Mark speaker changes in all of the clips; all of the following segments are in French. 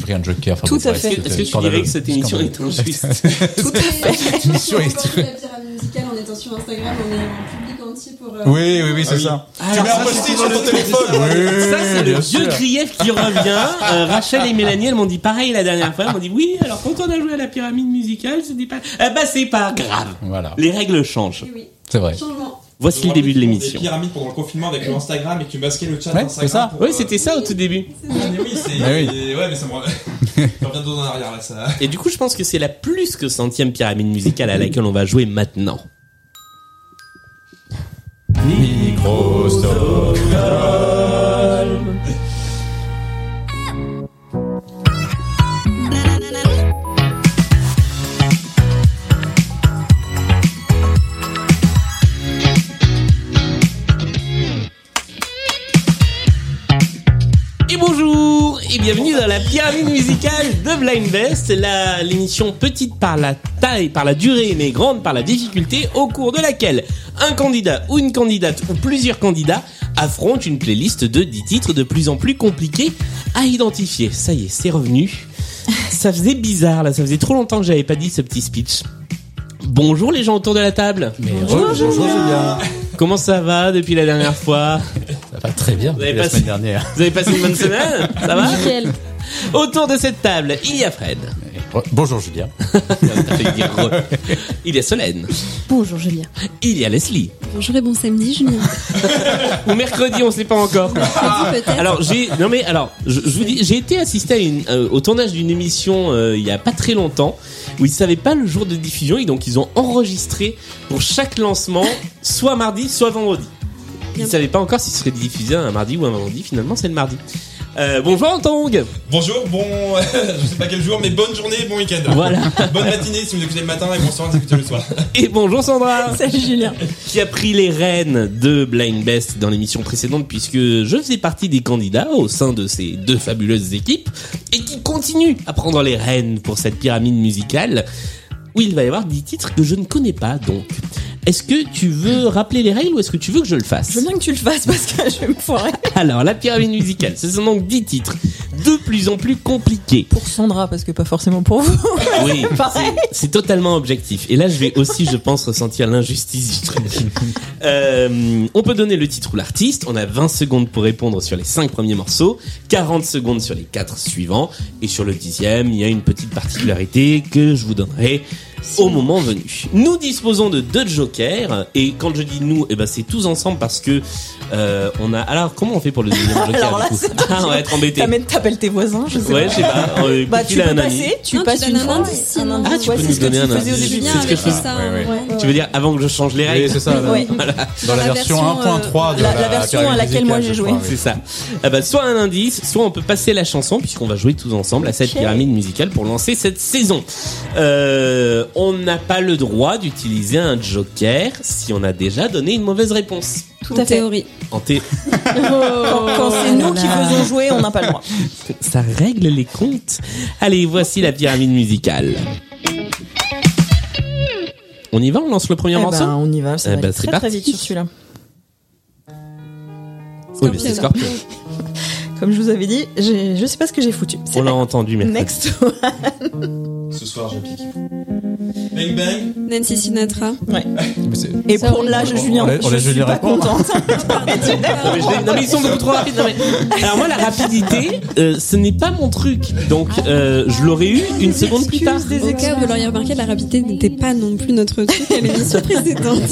Speaker 1: pris un joker. enfin,
Speaker 2: Tout
Speaker 1: bon,
Speaker 2: à
Speaker 1: bref,
Speaker 2: fait.
Speaker 1: c'était
Speaker 2: Est-ce
Speaker 3: Est-ce que tu
Speaker 1: scandaleux.
Speaker 3: dirais que cette émission
Speaker 1: Scandaleux.
Speaker 3: est injuste
Speaker 2: Tout à fait.
Speaker 1: Cette émission est-
Speaker 4: la pyramide musicale, on est sur Instagram, on est en public entier pour. euh,
Speaker 1: Oui, oui, oui, c'est
Speaker 3: Ah oui.
Speaker 1: ça.
Speaker 3: Ah, alors ça, c'est dans le-
Speaker 1: Oui,
Speaker 3: Ça, c'est le
Speaker 1: bien
Speaker 3: vieux
Speaker 1: sûr.
Speaker 3: grief qui revient. Euh, Rachel et Mélanie, elles m'ont dit pareil la dernière fois. Elles m'ont dit oui, alors quand on a joué à la pyramide musicale, c'était pas. Eh ben, c'est pas grave.
Speaker 1: Voilà,
Speaker 3: Les règles changent.
Speaker 4: Oui, Eh oui.
Speaker 1: c'est vrai.
Speaker 4: Changement.
Speaker 3: Voici le début de l'émission.
Speaker 5: Des pyramides pendant le confinement avec le Instagram et que tu masquais le chat
Speaker 1: Ouais,
Speaker 5: Instagram.
Speaker 1: c'est ça.
Speaker 5: pour,
Speaker 3: Oui,
Speaker 5: euh,
Speaker 3: c'était ça au tout début.
Speaker 5: Mais oui, c'est.
Speaker 1: Ah oui.
Speaker 5: c'est- Ouais, mais ça me. revient dans en arrière là, ça.
Speaker 3: Et du coup, je pense que c'est la plus que centième pyramide musicale à laquelle on va jouer maintenant. Et bonjour et bienvenue dans la pyramide musicale de Blind Best, la- l'émission petite par la taille, par la durée, mais grande par la difficulté, au cours de laquelle un candidat ou une candidate ou plusieurs candidats affrontent une playlist de 10 titres de plus en plus compliqués à identifier. Ça y est, c'est revenu. Ça faisait bizarre là, ça faisait trop longtemps que j'avais pas dit ce petit speech. Bonjour les gens autour de la table.
Speaker 1: Bonjour Julien.
Speaker 3: Comment ça va depuis la dernière fois
Speaker 1: Ça va très bien.
Speaker 3: Vous avez
Speaker 1: depuis la
Speaker 3: passé-
Speaker 1: semaine dernière.
Speaker 3: Vous avez passé une bonne semaine Ça va
Speaker 6: Nickel.
Speaker 3: Autour de cette table, il y a Fred.
Speaker 1: Re- Bonjour Julien.
Speaker 3: Ça fait dire re. il y a Solène.
Speaker 6: Bonjour Julien.
Speaker 3: Il y a Leslie.
Speaker 6: Bonjour et bon samedi Julien.
Speaker 3: Ou mercredi, on sait pas encore.
Speaker 6: Ah, peut-être.
Speaker 3: Alors j'ai non mais alors je, je vous dis j'ai été assister à une, euh, au tournage d'une émission euh, il y a pas très longtemps où ils savaient pas le jour de diffusion et donc ils ont enregistré pour chaque lancement soit mardi soit vendredi. Ils
Speaker 6: Bien.
Speaker 3: savaient pas encore si ce serait diffusé un mardi ou un vendredi. Finalement c'est le mardi. Euh, bonjour Antong.
Speaker 5: Bonjour, bon. je sais pas quel jour, mais bonne journée et bon week-end.
Speaker 3: Voilà.
Speaker 5: Bonne matinée si vous écoutez le matin et bonsoir si vous écoutez le soir.
Speaker 3: Et bonjour Sandra.
Speaker 6: Salut Julien.
Speaker 3: qui a pris les rênes de Blind Best dans l'émission précédente puisque je faisais partie des candidats au sein de ces deux fabuleuses équipes et qui continue à prendre les rênes pour cette pyramide musicale où il va y avoir 10 titres que je ne connais pas donc. Est-ce que tu veux rappeler les règles ou est-ce que tu veux que je le fasse
Speaker 6: Je veux bien que tu le fasses parce que je vais me foirer.
Speaker 3: Alors, la pyramide musicale, ce sont donc 10 titres de plus en plus compliqués.
Speaker 6: Pour Sandra parce que pas forcément pour vous.
Speaker 3: Oui,
Speaker 6: Pareil.
Speaker 3: c'est- c'est totalement objectif. Et là, je vais aussi, je pense, ressentir l'injustice du truc. Euh, on peut donner le titre ou l'artiste. On a 20 secondes pour répondre sur les 5 premiers morceaux, 40 secondes sur les 4 suivants. Et sur le dixième, il y a une petite particularité que je vous donnerai au moment venu. Nous disposons de deux jokers. Et quand je dis nous, eh ben, c'est tous ensemble parce que euh, on a... Alors, comment on fait pour le deuxième joker
Speaker 6: Alors là,
Speaker 3: du coup
Speaker 6: c'est pas
Speaker 3: Ah, on va être embêté.
Speaker 6: T'amènes- T'appelles tes voisins, je sais
Speaker 3: Ouais, je sais pas. Euh,
Speaker 6: pas. Bah
Speaker 3: Poupil
Speaker 6: tu
Speaker 3: a
Speaker 6: peux
Speaker 3: un ami.
Speaker 6: passer, tu
Speaker 4: Non, tu
Speaker 6: passes
Speaker 4: donnes
Speaker 6: une
Speaker 4: un
Speaker 6: fois.
Speaker 4: indice, sinon.
Speaker 6: indice,
Speaker 3: Ah, tu
Speaker 6: ouais,
Speaker 3: peux
Speaker 6: c'est
Speaker 3: nous
Speaker 6: ce que
Speaker 3: donner
Speaker 6: tu
Speaker 3: un
Speaker 6: faisais au
Speaker 3: indice.
Speaker 6: début.
Speaker 3: C'est
Speaker 4: Julien
Speaker 3: ce que
Speaker 4: avec
Speaker 3: je faisais.
Speaker 4: ça. hein,
Speaker 1: Ouais, ouais.
Speaker 4: ouais.
Speaker 3: Tu veux dire avant que je change les
Speaker 1: Oui,
Speaker 3: règles
Speaker 1: c'est ça. Dans,
Speaker 6: Ouais.
Speaker 1: dans la,
Speaker 4: la
Speaker 1: version 1.3 de
Speaker 4: version,
Speaker 6: euh,
Speaker 1: la,
Speaker 6: Ah, bah, la- la version
Speaker 1: pyramide
Speaker 6: à laquelle moi j'ai
Speaker 1: musicale, je
Speaker 6: joué.
Speaker 1: crois, oui.
Speaker 3: C'est ça. Ah bah, soit un indice, soit on peut passer la chanson puisqu'on va jouer tous ensemble à cette
Speaker 6: Ok.
Speaker 3: pyramide musicale pour lancer cette saison. Euh, on n'a pas le droit d'utiliser un joker si on a déjà donné une mauvaise réponse.
Speaker 6: Tout à
Speaker 4: En
Speaker 6: fait.
Speaker 4: théorie.
Speaker 3: En thé-
Speaker 6: Quand quand c'est nous qui faisons jouer, on n'a pas le droit.
Speaker 3: ça règle les comptes. Allez, voici la pyramide musicale. On y va, on lance le premier
Speaker 6: Eh
Speaker 3: morceau.
Speaker 6: ben, on y va,
Speaker 3: Eh
Speaker 6: ça va
Speaker 3: ben,
Speaker 6: aller
Speaker 3: c'est
Speaker 6: très très
Speaker 3: parti.
Speaker 6: vite sur celui-là.
Speaker 3: Oui, mais c'est Scorpion.
Speaker 6: Comme je vous avais dit, j'ai- je sais pas ce que j'ai foutu. C'est
Speaker 3: On l'a
Speaker 6: pas-
Speaker 3: entendu, mais
Speaker 6: Next.
Speaker 5: Ce soir, je pique. Bang bang.
Speaker 4: Nancy Sinatra.
Speaker 1: Mais c'est-
Speaker 6: Et
Speaker 4: Ça,
Speaker 6: pour
Speaker 4: on-
Speaker 6: là, je- Julien,
Speaker 1: on laisse- on
Speaker 6: je
Speaker 1: laisse
Speaker 6: suis
Speaker 1: Julien
Speaker 6: pas
Speaker 1: répondre.
Speaker 6: contente.
Speaker 3: Non, mais je l'ai- non, mais ils sont beaucoup trop rapides. Non, mais- Alors moi la rapidité, euh, ce n'est pas mon truc. Donc
Speaker 6: Ah.
Speaker 3: euh, je l'aurais eu une seconde plus tard.
Speaker 4: Au cas où vous l'auriez remarqué, la rapidité n'était pas non plus notre truc à l'émission précédente.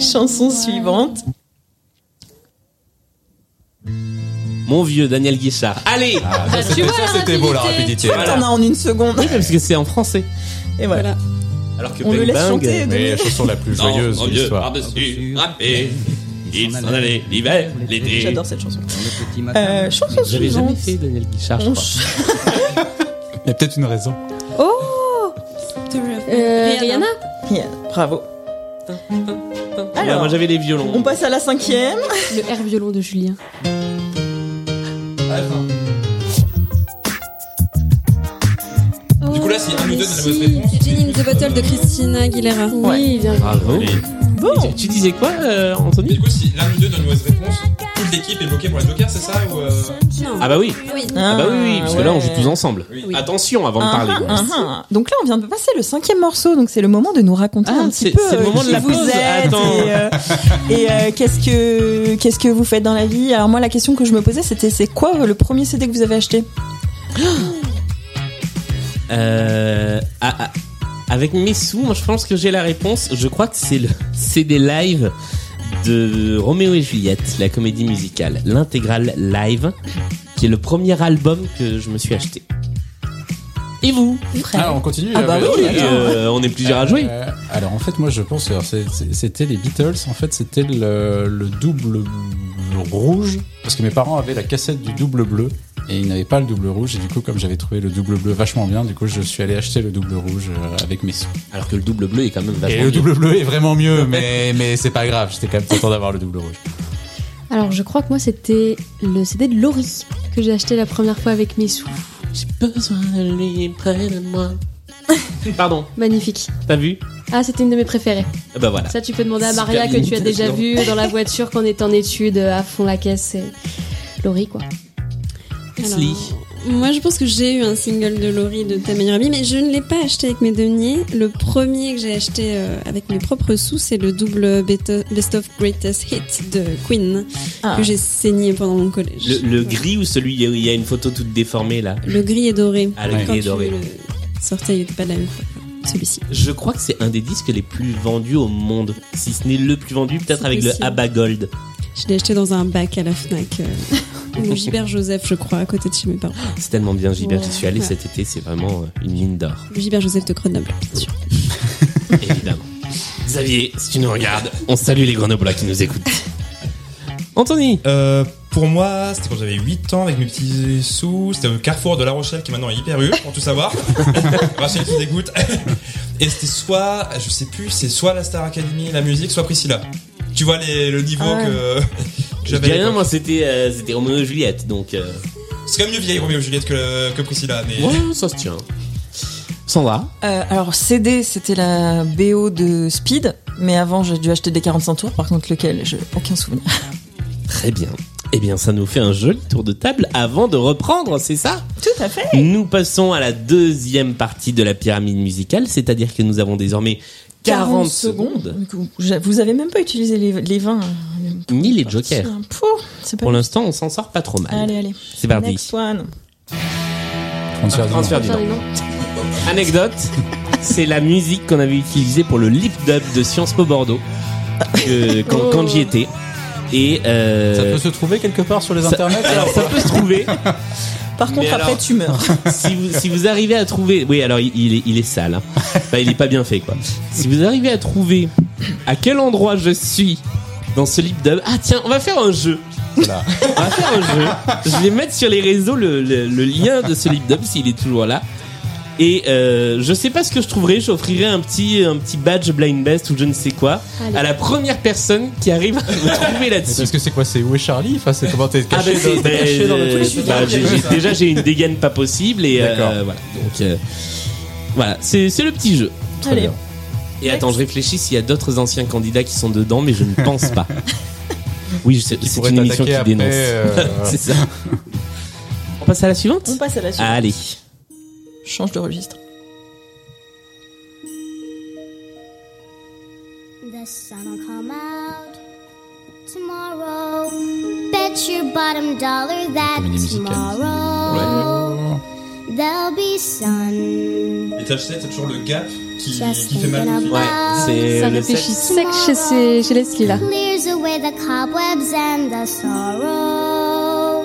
Speaker 6: Chanson suivante.
Speaker 3: Mon vieux Daniel Guichard. Allez,
Speaker 1: Ah, ça, c'était- ça, c'était beau la rapidité.
Speaker 3: Voilà.
Speaker 6: T'en as en une seconde.
Speaker 3: parce que c'est en français.
Speaker 6: Et voilà.
Speaker 4: Voilà.
Speaker 3: Alors que
Speaker 6: On
Speaker 3: Bang
Speaker 6: le laisse
Speaker 3: Bang,
Speaker 6: chanter.
Speaker 3: euh,
Speaker 1: Mais la chanson la plus joyeuse de l'histoire.
Speaker 3: frappé. Il s'en allait l'hiver, l'été.
Speaker 6: J'adore cette chanson.
Speaker 7: Le petit matin.
Speaker 6: Euh, chanson
Speaker 3: J'avais jamais
Speaker 6: suivante.
Speaker 3: fait Daniel Guichard, je
Speaker 6: On
Speaker 3: crois.
Speaker 6: ch-
Speaker 1: Il y a peut-être une raison.
Speaker 4: Euh,
Speaker 6: Rihanna. Bien, Bravo.
Speaker 3: Ouais, Ah, moi j'avais les violons.
Speaker 6: On passe à la cinquième.
Speaker 8: Le air violon de Julien.
Speaker 5: Ah, enfin. Du coup, là, si un ou deux de la mauvaise réponse.
Speaker 4: Gin in the Bottle de Christina Aguilera.
Speaker 6: Ouais.
Speaker 8: Oui, bien.
Speaker 3: Bravo.
Speaker 6: bon
Speaker 3: Et tu- Tu disais quoi, euh, Anthony
Speaker 5: Du coup, si l'un ou deux donne une mauvaise réponse, toute l'équipe est bloquée pour la joker, c'est ça ou euh,
Speaker 4: Non.
Speaker 3: Ah bah oui,
Speaker 4: oui.
Speaker 3: ah bah oui, oui, parce que là on joue tous ensemble.
Speaker 5: Oui.
Speaker 4: Oui.
Speaker 3: Attention avant de
Speaker 6: Ah,
Speaker 3: parler.
Speaker 6: ah, ah. Donc là, on vient de passer le cinquième morceau, donc c'est le moment de nous raconter
Speaker 3: Ah,
Speaker 6: un
Speaker 3: c'est-
Speaker 6: petit peu
Speaker 3: c'est le
Speaker 6: euh,
Speaker 3: moment de
Speaker 6: qui
Speaker 3: la
Speaker 6: vous
Speaker 3: pause.
Speaker 6: êtes
Speaker 3: Attends.
Speaker 6: et, euh, et, euh, qu'est-ce que qu'est-ce que vous faites dans la vie. Alors moi, la question que je me posais, c'était c'est quoi le premier CD que vous avez acheté
Speaker 3: Euh, ah, ah, avec mes sous, moi je pense que j'ai la réponse. Je crois que c'est le CD live de Roméo et Juliette, la comédie musicale, l'intégrale live, qui est le premier album que je me suis acheté. Et vous
Speaker 1: Ah, on continue
Speaker 6: Ah bah
Speaker 1: euh,
Speaker 6: oui,
Speaker 1: attends.
Speaker 3: Euh, On est plusieurs à jouer.
Speaker 1: Euh, alors en fait, moi je pense, alors, c'est- c'est- c'était les Beatles. En fait, c'était le, le double rouge parce que mes parents avaient la cassette du double bleu et ils n'avaient pas le double rouge. Et du coup, comme j'avais trouvé le double bleu vachement bien, du coup, je suis allé acheter le double rouge euh, avec mes sous.
Speaker 3: Alors que le double bleu est quand même vachement.
Speaker 1: Et le
Speaker 3: bien.
Speaker 1: double bleu est vraiment mieux, mais mais c'est pas grave. J'étais quand même content d'avoir le double rouge.
Speaker 2: Alors, je crois que moi, c'était le CD de Laurie que j'ai acheté la première fois avec mes sous.
Speaker 3: J'ai besoin de lui près de moi. Pardon,
Speaker 2: Magnifique.
Speaker 3: t'as vu
Speaker 2: Ah, c'était une de mes préférées.
Speaker 3: Ah Bah voilà.
Speaker 2: Ça, tu peux demander à
Speaker 3: Super
Speaker 2: Maria que tu as déjà
Speaker 3: imitation.
Speaker 2: vu dans la voiture quand on est en étude à fond la caisse. C'est Laurie, quoi.
Speaker 4: Alors,
Speaker 3: Leslie.
Speaker 4: Moi, je pense que j'ai eu un single de Laurie de Ta meilleure amie, mais je ne l'ai pas acheté avec mes deniers. Le premier que j'ai acheté euh, avec mes propres sous, c'est le double Beto- Best of Greatest Hits de Queen
Speaker 6: Ah.
Speaker 4: que j'ai saigné pendant mon collège.
Speaker 3: Le, le
Speaker 4: Ouais.
Speaker 3: gris ou celui où il y a une photo toute déformée là
Speaker 4: Le gris et doré.
Speaker 3: Ah, le
Speaker 1: Ouais.
Speaker 4: Quand
Speaker 3: gris est
Speaker 4: tu
Speaker 3: doré.
Speaker 4: le sortais, il n'était pas de la même fois. Celui-ci.
Speaker 3: Je crois que c'est un des disques les plus vendus au monde. Si ce n'est le plus vendu, peut-être
Speaker 4: Ah, C'est
Speaker 3: avec
Speaker 4: possible.
Speaker 3: le Abba Gold.
Speaker 4: Je l'ai acheté dans un bac à la Fnac. euh, Ou Gilbert Joseph, je crois, à côté de chez mes parents.
Speaker 3: C'est tellement bien, Gilbert.
Speaker 2: Ouais.
Speaker 3: J'y suis allé
Speaker 4: Ouais.
Speaker 3: cet été, c'est vraiment euh, une mine d'or.
Speaker 4: Gilbert Joseph de Grenoble, bien sûr.
Speaker 3: Évidemment. Xavier, si tu nous regardes, on salue les grenoblois qui nous écoutent. Anthony
Speaker 5: Euh, pour moi, c'était quand j'avais 8 ans avec mes petits sous. C'était au carrefour de La Rochelle qui maintenant est hyper rue, pour tout savoir. Rachel qui écoute. Et c'était soit, je sais plus, c'est soit la Star Academy, la musique, soit Priscilla. Tu vois les- le niveau
Speaker 6: Ah ouais.
Speaker 5: que, que
Speaker 3: Je
Speaker 5: j'avais.
Speaker 3: dis
Speaker 5: à
Speaker 3: rien,
Speaker 5: l'époque.
Speaker 3: moi c'était euh, c'était Roméo et Juliette, donc. euh,
Speaker 5: C'est quand même mieux vieille Roméo et Juliette que, que Priscilla. Mais
Speaker 3: Ouais, ça se tient. Sandra
Speaker 6: Euh, alors CD, c'était la BO de Speed, mais avant j'ai dû acheter des 45 tours. Par contre, lequel je aucun souvenir.
Speaker 3: Très bien. Eh bien, ça nous fait un joli tour de table avant de reprendre, c'est ça
Speaker 6: Tout à fait.
Speaker 3: Nous passons à la deuxième partie de la pyramide musicale, c'est-à-dire que nous avons désormais 40, secondes,
Speaker 6: Vous avez même pas utilisé les, les hein. 20.
Speaker 3: ni les jokers.
Speaker 6: Pouh, c'est pas.
Speaker 3: Pour l'instant, on s'en sort pas trop mal.
Speaker 6: Allez, allez.
Speaker 3: C'est parti.
Speaker 6: Next one.
Speaker 1: Transfert du
Speaker 3: Transfert
Speaker 1: nom.
Speaker 3: du
Speaker 2: Enfin,
Speaker 3: temps.
Speaker 2: non.
Speaker 3: Anecdote, c'est la musique qu'on avait utilisée pour le lip dub de Sciences Po Bordeaux que- quand, quand j'y étais. Et euh,
Speaker 1: Ça peut se trouver quelque part sur les
Speaker 3: ça-
Speaker 1: internets.
Speaker 3: alors, ça peut se trouver.
Speaker 6: Par contre,
Speaker 3: Mais
Speaker 6: après
Speaker 3: alors-
Speaker 6: tu meurs.
Speaker 3: si, vous, si vous arrivez à trouver, oui, alors il, il est, il est sale. hein. Enfin, il est pas bien fait, quoi. Si vous arrivez à trouver à quel endroit je suis dans ce lip dub, ah tiens, on va faire un jeu.
Speaker 1: Voilà.
Speaker 3: On va faire un jeu. Je vais mettre sur les réseaux le, le- le lien de ce lip dub s'il est toujours là. Et euh, je sais pas ce que je trouverai. J'offrirai un petit un petit badge blind best ou je ne sais quoi
Speaker 2: Allez.
Speaker 3: à la première personne qui arrive à me trouver là-dessus.
Speaker 1: Parce que c'est quoi C'est où est Charlie Enfin, c'est comment t'es
Speaker 3: Ah bah
Speaker 1: caché
Speaker 3: c'est-
Speaker 1: dans-
Speaker 3: bah,
Speaker 1: t'es caché dans le
Speaker 3: euh,
Speaker 1: truc
Speaker 5: trucs,
Speaker 3: bah,
Speaker 5: hein,
Speaker 3: j'ai-
Speaker 5: j'ai vu
Speaker 3: j'ai-
Speaker 5: ça.
Speaker 3: Déjà j'ai une dégaine pas possible et euh,
Speaker 1: D'accord.
Speaker 3: voilà donc euh, voilà c'est c'est le petit jeu.
Speaker 1: Très
Speaker 6: Allez.
Speaker 1: bien.
Speaker 3: Et attends je réfléchis s'il y a d'autres anciens candidats qui sont dedans mais je ne pense pas. Oui je sais-
Speaker 1: Ils
Speaker 3: c'est
Speaker 1: pourraient
Speaker 3: une émission qui
Speaker 1: t'attaquer
Speaker 3: dénonce.
Speaker 1: après, euh,
Speaker 3: c'est ça. On passe à la suivante.
Speaker 6: On passe à la suite.
Speaker 3: Allez.
Speaker 6: Change de registre.
Speaker 7: The sun'll come out tomorrow. Bet your bottom dollar that
Speaker 1: Comédie musicale.
Speaker 7: tomorrow there'll be sun.
Speaker 5: et t'as acheté, t'as toujours le gap qui,
Speaker 7: Just
Speaker 5: qui fait mal.
Speaker 7: thinking
Speaker 3: Ouais
Speaker 7: about
Speaker 3: c'est
Speaker 2: Ça
Speaker 3: le
Speaker 2: réfléchit
Speaker 3: sexe.
Speaker 2: sec chez, ses- chez Leslie, là.
Speaker 7: clears away the cobwebs and the sorrow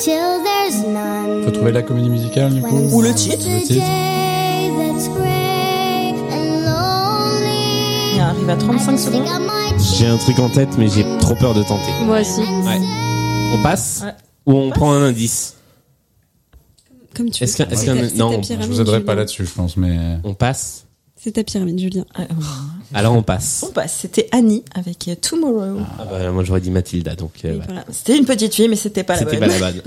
Speaker 7: till there's none.
Speaker 1: Faut trouver la comédie musicale du coup.
Speaker 7: Ou
Speaker 6: le titre.
Speaker 1: Le
Speaker 7: Today
Speaker 1: titre.
Speaker 7: that's gray and lonely.
Speaker 6: Il arrive à
Speaker 7: I
Speaker 6: 35
Speaker 7: just think
Speaker 6: secondes.
Speaker 7: I might
Speaker 3: J'ai un truc en tête mais j'ai trop peur de tenter.
Speaker 2: Moi aussi.
Speaker 3: Ouais. On passe
Speaker 6: Ouais.
Speaker 3: ou on prend un indice.
Speaker 4: Comme tu
Speaker 3: Est-ce
Speaker 4: veux.
Speaker 3: qu'un- est-ce
Speaker 4: C'est
Speaker 3: qu'un-
Speaker 4: ta- c'est
Speaker 3: non,
Speaker 4: ta
Speaker 3: je
Speaker 1: Je
Speaker 4: pyramide,
Speaker 1: vous aiderai
Speaker 4: Julien.
Speaker 1: pas là-dessus, je pense, mais. euh,
Speaker 3: On passe.
Speaker 4: C'est ta pyramide, Julien.
Speaker 6: Ah,
Speaker 3: Alors on passe.
Speaker 6: Bon bah c'était Annie avec euh, Tomorrow.
Speaker 3: Ah bah, moi j'aurais dit Mathilda donc. euh,
Speaker 4: Oui,
Speaker 3: voilà.
Speaker 4: voilà.
Speaker 6: C'était une petite fille mais c'était pas la
Speaker 3: C'était
Speaker 6: bonne.
Speaker 3: pas la bonne.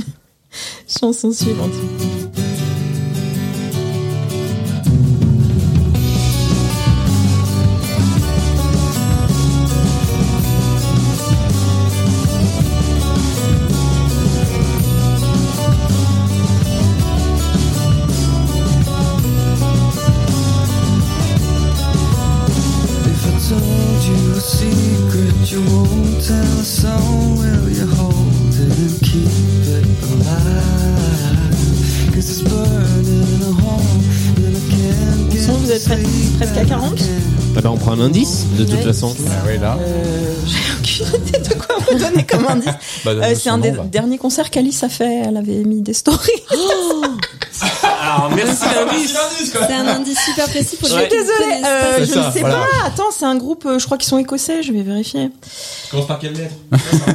Speaker 6: Chanson suivante.
Speaker 8: tell us so will you hold it and keep it alive? Cause it's burning a hole and I can't get
Speaker 6: Sinon, vous êtes presque, presque à 40
Speaker 3: Ah bah, on prend un indice, de toute
Speaker 6: Ouais.
Speaker 3: façon.
Speaker 1: Ah ouais, là.
Speaker 6: Euh, J'ai aucune idée de quoi vous donner comme indice.
Speaker 1: Bah,
Speaker 6: Euh, c'est un des derniers concerts qu'Alice a fait. Elle avait mis des stories.
Speaker 3: Alors, merci
Speaker 5: Ah,
Speaker 3: l'indice.
Speaker 4: C'est un indice super précis pour
Speaker 3: Ouais.
Speaker 4: les gens qui
Speaker 6: Désolée,
Speaker 4: connaissent
Speaker 6: euh,
Speaker 4: pas.
Speaker 1: C'est
Speaker 6: je
Speaker 1: ça,
Speaker 6: ne sais
Speaker 1: voilà.
Speaker 6: pas. Attends, c'est un groupe, euh, je crois qu'ils sont écossais, je vais vérifier.
Speaker 5: Je commence par quelle lettre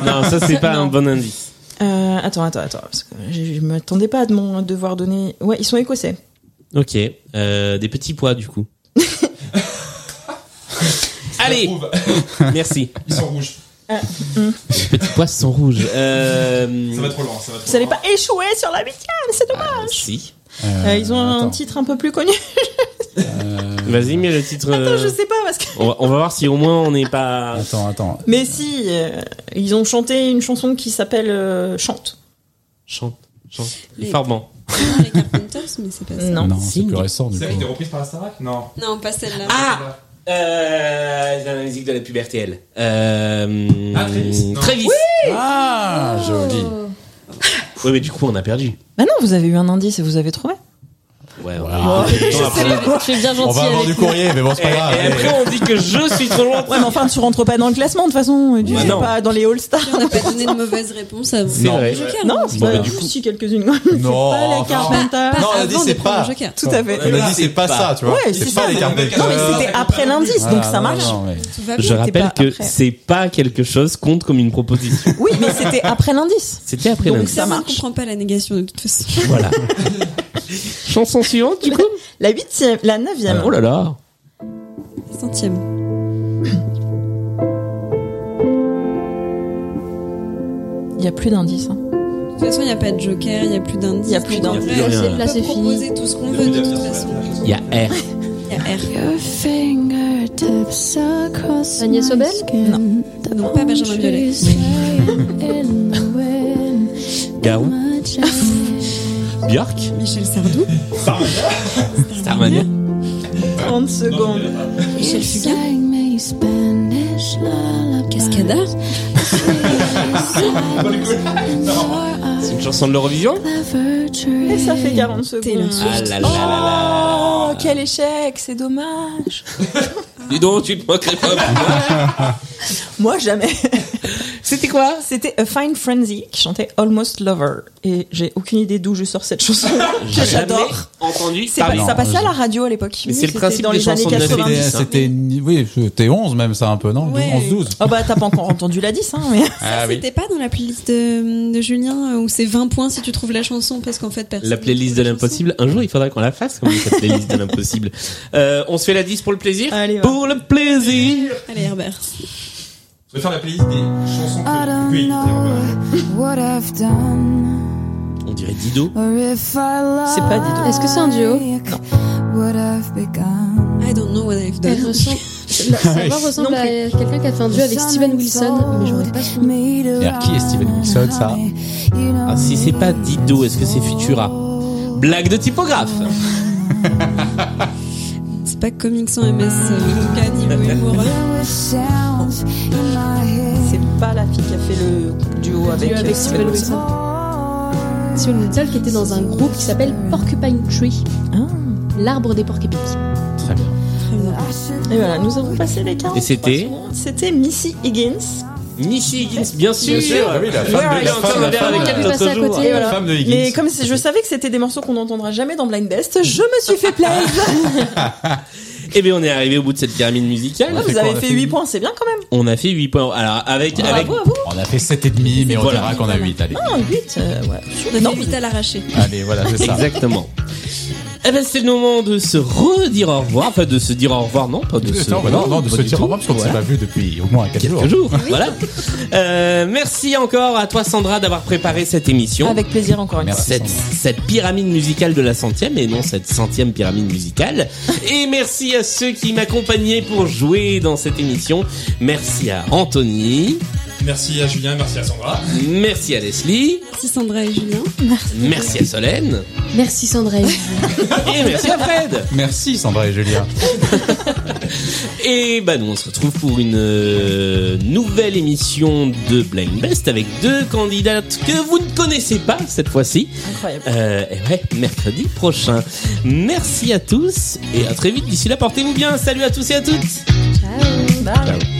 Speaker 3: Non, ça, c'est pas
Speaker 6: Non.
Speaker 3: un bon indice.
Speaker 6: Euh, attends, attends, attends, parce que je, je m'attendais pas à de mon devoir donner. Ouais, ils sont écossais.
Speaker 3: Ok, euh, des petits pois, du coup. Allez,
Speaker 5: J'approuve.
Speaker 3: merci.
Speaker 5: Ils sont rouges.
Speaker 3: Les petits pois sont rouges. Euh,
Speaker 5: Ça va trop loin. Ça va trop
Speaker 6: Vous n'allez
Speaker 5: loin.
Speaker 6: pas échouer sur la huitième, c'est dommage.
Speaker 3: si.
Speaker 6: Euh, ils ont un titre un peu plus connu.
Speaker 1: euh,
Speaker 3: Vas-y, mets le titre. euh,
Speaker 6: Attends, je sais pas parce que.
Speaker 3: on, va, on va voir si au moins on n'est pas.
Speaker 1: Attends, attends.
Speaker 6: Mais si, euh, ils ont chanté une chanson qui s'appelle euh, Chante.
Speaker 3: Chante, chante. Les
Speaker 4: Les-
Speaker 3: Farbans.
Speaker 4: Non, les Carpenters, mais c'est pas ça.
Speaker 6: Non.
Speaker 1: Non, c'est
Speaker 3: Signe.
Speaker 1: plus récent du
Speaker 5: C'est avec des
Speaker 1: coup.
Speaker 5: reprises par Astarac Non.
Speaker 4: Non, pas celle-là.
Speaker 3: Ah euh, la musique de la puberté, elle. Euh,
Speaker 5: Ah, Travis, non.
Speaker 3: Travis.
Speaker 1: Ah, joli.
Speaker 3: Oui, mais du coup, on a perdu.
Speaker 6: Bah non, vous avez eu un indice et vous avez trouvé.
Speaker 3: Ouais, on
Speaker 1: Wow.
Speaker 3: a perdu. Non, après-
Speaker 2: Je suis bien
Speaker 1: On
Speaker 2: gentil
Speaker 1: va avoir
Speaker 2: avec
Speaker 1: du
Speaker 2: moi.
Speaker 1: courrier, mais bon, c'est
Speaker 3: Et,
Speaker 1: pas
Speaker 3: et
Speaker 1: grave.
Speaker 6: eh,
Speaker 3: après, on dit que je suis trop loin.
Speaker 6: Ouais, mais enfin, tu rentres pas dans le classement de toute façon. Tu
Speaker 3: Bah
Speaker 6: sais
Speaker 3: non.
Speaker 6: pas dans les All-Stars.
Speaker 4: On n'a pas donné de mauvaise réponse avant.
Speaker 3: C'est
Speaker 1: Non.
Speaker 3: vrai.
Speaker 4: Joker,
Speaker 6: Non,
Speaker 4: on
Speaker 6: c'est
Speaker 4: dit
Speaker 1: Bon,
Speaker 6: pas
Speaker 1: bah,
Speaker 6: du
Speaker 1: du
Speaker 6: coup,
Speaker 1: coup-
Speaker 6: si quelques-unes.
Speaker 1: Non,
Speaker 6: c'est pas les
Speaker 1: enfin.
Speaker 6: Carpenters.
Speaker 1: Non, on a dit,
Speaker 4: avant de
Speaker 1: c'est
Speaker 4: prendre
Speaker 1: pas.
Speaker 4: le Joker.
Speaker 6: Tout à fait.
Speaker 1: On a dit c'est pas
Speaker 3: pas.
Speaker 1: ça, tu vois.
Speaker 6: Ouais,
Speaker 1: c'est
Speaker 6: c'est
Speaker 1: pas
Speaker 6: ça.
Speaker 1: les cartes
Speaker 6: Non, mais c'était après l'indice, donc ça marche.
Speaker 4: Tout va bien.
Speaker 3: Je
Speaker 6: Ah t'es
Speaker 3: rappelle
Speaker 6: pas
Speaker 3: que
Speaker 6: après.
Speaker 3: c'est pas quelque chose compte comme une proposition.
Speaker 6: Oui, mais c'était après l'indice.
Speaker 3: C'était après
Speaker 6: Donc
Speaker 3: lundi.
Speaker 6: ça
Speaker 4: Ça, on ne
Speaker 6: marche.
Speaker 4: comprend pas la négation de toute façon.
Speaker 3: Voilà. Chanson suivante, du coup
Speaker 6: La huitième, la neuvième.
Speaker 3: Oh là là
Speaker 4: Centième.
Speaker 6: Il y a plus d'indices. hein.
Speaker 4: De toute façon, il n'y a pas de Joker, il n'y a plus d'indice.
Speaker 6: Il y a plus
Speaker 4: Donc, en
Speaker 6: d'indice.
Speaker 4: vrai,
Speaker 3: Il y a plus
Speaker 2: rien. Là, c'est
Speaker 4: On peut
Speaker 2: fini.
Speaker 4: proposer tout ce qu'on veut de toute façon.
Speaker 3: Il y a R.
Speaker 4: Il y a R.
Speaker 2: Agnès Obel
Speaker 4: Donc, pas Benjamin Biolay.
Speaker 3: Garou. Björk.
Speaker 4: Michel Sardou.
Speaker 3: Starmania.
Speaker 6: 30 secondes.
Speaker 4: Michel Fugain. Cascada.
Speaker 3: C'est une chanson de l'Eurovision
Speaker 6: Et ça fait 40
Speaker 4: Taylor
Speaker 6: secondes.
Speaker 4: Swift.
Speaker 3: Ah là là là là
Speaker 6: Oh, quel échec, c'est dommage.
Speaker 3: là. Dis donc, tu te moquerais pas.
Speaker 6: Ah, Moi, jamais.
Speaker 3: C'était quoi
Speaker 6: C'était A Fine Frenzy qui chantait Almost Lover. Et j'ai aucune idée d'où je sors cette chanson.
Speaker 3: J'ai
Speaker 6: J'adore.
Speaker 3: jamais entendu
Speaker 6: C'est pas-
Speaker 3: parler.
Speaker 1: Non,
Speaker 6: ça passait à
Speaker 1: je-
Speaker 6: la radio à l'époque.
Speaker 3: Mais c'est le
Speaker 6: C'était
Speaker 3: principe
Speaker 6: dans
Speaker 3: des
Speaker 6: les années
Speaker 3: chansons de
Speaker 6: 90.
Speaker 3: National.
Speaker 1: C'était, c'était, oui, c'était 11 même, ça un peu, non
Speaker 4: Ouais.
Speaker 1: 11, 12.
Speaker 6: Ah bah t'as pas encore entendu la 10 hein mais
Speaker 1: Ah
Speaker 4: C'était pas dans la playlist de, de Julien euh, où c'est 20 points si tu trouves la chanson parce qu'en fait personne.
Speaker 3: La playlist de l'impossible. Un jour, il faudra qu'on la fasse, comme cette playlist de l'impossible. Euh, on se fait la 10 pour le plaisir
Speaker 6: Allez, va.
Speaker 3: Pour le plaisir
Speaker 4: Allez Herbert.
Speaker 5: Je vais faire la playlist des chansons
Speaker 8: I
Speaker 5: que.
Speaker 8: don't
Speaker 5: Oui.
Speaker 8: know what I've done
Speaker 3: On dirait Dido.
Speaker 8: or if I
Speaker 6: C'est pas du tout.
Speaker 2: Est-ce que c'est un duo
Speaker 8: like What I've begun.
Speaker 4: I don't know what I've
Speaker 2: Elle
Speaker 4: done.
Speaker 2: ressemble, la- sa voix ressemble
Speaker 6: Non
Speaker 2: à quelqu'un qui a fait un duo avec Steven Wilson, mais j'aurais pas son nom.
Speaker 1: Et alors, qui est Steven Wilson, ça
Speaker 3: Ah, si c'est pas Dido, est-ce que c'est Futura Blague de typographe
Speaker 4: C'est pas comics sans MS euh, en tout cas niveau humour.
Speaker 6: c'est pas la fille qui a fait le duo avec,
Speaker 2: Duo avec Steven Wilson. Steven Wilson qui était dans un groupe qui s'appelle Porcupine Tree, l'arbre des porcs épics.
Speaker 3: Très bien.
Speaker 6: Et voilà, nous avons passé les 40
Speaker 3: Et c'était
Speaker 6: C'était Missy Higgins.
Speaker 3: Missy Higgins, bien sûr.
Speaker 1: ah oui, la
Speaker 3: Ouais,
Speaker 1: femme de
Speaker 3: j'ai
Speaker 1: la
Speaker 3: encore
Speaker 1: femme,
Speaker 3: un
Speaker 1: la
Speaker 3: verre
Speaker 1: femme,
Speaker 3: avec
Speaker 1: la-
Speaker 3: elle
Speaker 2: est passée
Speaker 3: l'autre
Speaker 2: à
Speaker 3: jour.
Speaker 2: côté.
Speaker 6: Et voilà.
Speaker 1: la femme de Higgins.
Speaker 6: Mais comme si- je savais que c'était des morceaux qu'on n'entendra jamais dans Blind Best, je me suis fait plaisir.
Speaker 3: Eh bien, on est arrivé au bout de cette pyramide musicale.
Speaker 1: On a
Speaker 6: vous
Speaker 1: fait quoi,
Speaker 6: avez
Speaker 1: on a
Speaker 6: fait
Speaker 1: fait
Speaker 6: 8
Speaker 1: huit
Speaker 6: points, c'est bien quand même.
Speaker 3: On a fait 8 points. Alors, avec, avec,
Speaker 6: Bravo à vous.
Speaker 1: On a fait 7,5, mais on
Speaker 3: Voilà.
Speaker 1: dira qu'on a 8. Allez,
Speaker 6: Non, 8, ouais.
Speaker 4: On a
Speaker 6: Non.
Speaker 4: fait vite à l'arracher.
Speaker 1: Ah. allez voilà, c'est ça.
Speaker 3: Exactement. Eh ben c'est le moment de se redire au revoir, enfin de se dire au revoir, non, pas de se
Speaker 1: Non, bah non, non, de
Speaker 3: pas
Speaker 1: se
Speaker 3: du
Speaker 1: dire
Speaker 3: tout.
Speaker 1: au revoir, parce qu'on ne s'est
Speaker 3: Voilà.
Speaker 1: pas vu depuis au moins 4 jours.
Speaker 3: Quelques jours, voilà. Euh, merci encore à toi Sandra d'avoir préparé cette émission.
Speaker 6: Avec plaisir encore une
Speaker 1: Merci.
Speaker 6: fois.
Speaker 3: cette, cette pyramide musicale de la centième et non cette centième pyramide musicale. Et merci à ceux qui m'accompagnaient pour jouer dans cette émission. Merci à Anthony.
Speaker 5: Merci à Julien, merci à Sandra.
Speaker 3: Merci à Leslie,
Speaker 4: Merci Sandra et Julien.
Speaker 3: merci à Solène
Speaker 2: Merci Sandra.
Speaker 3: et merci à Fred.
Speaker 1: Merci Sandra et Julien.
Speaker 3: Et bah nous on se retrouve pour une euh, nouvelle émission de Blind Best avec deux candidates que vous ne connaissez pas cette fois-ci.
Speaker 6: Incroyable.
Speaker 3: Euh, et ouais, mercredi prochain. Merci à tous et à très vite. D'ici là, portez-vous bien. Salut à tous et à toutes.
Speaker 2: Ciao.
Speaker 6: Bye.
Speaker 1: Ciao.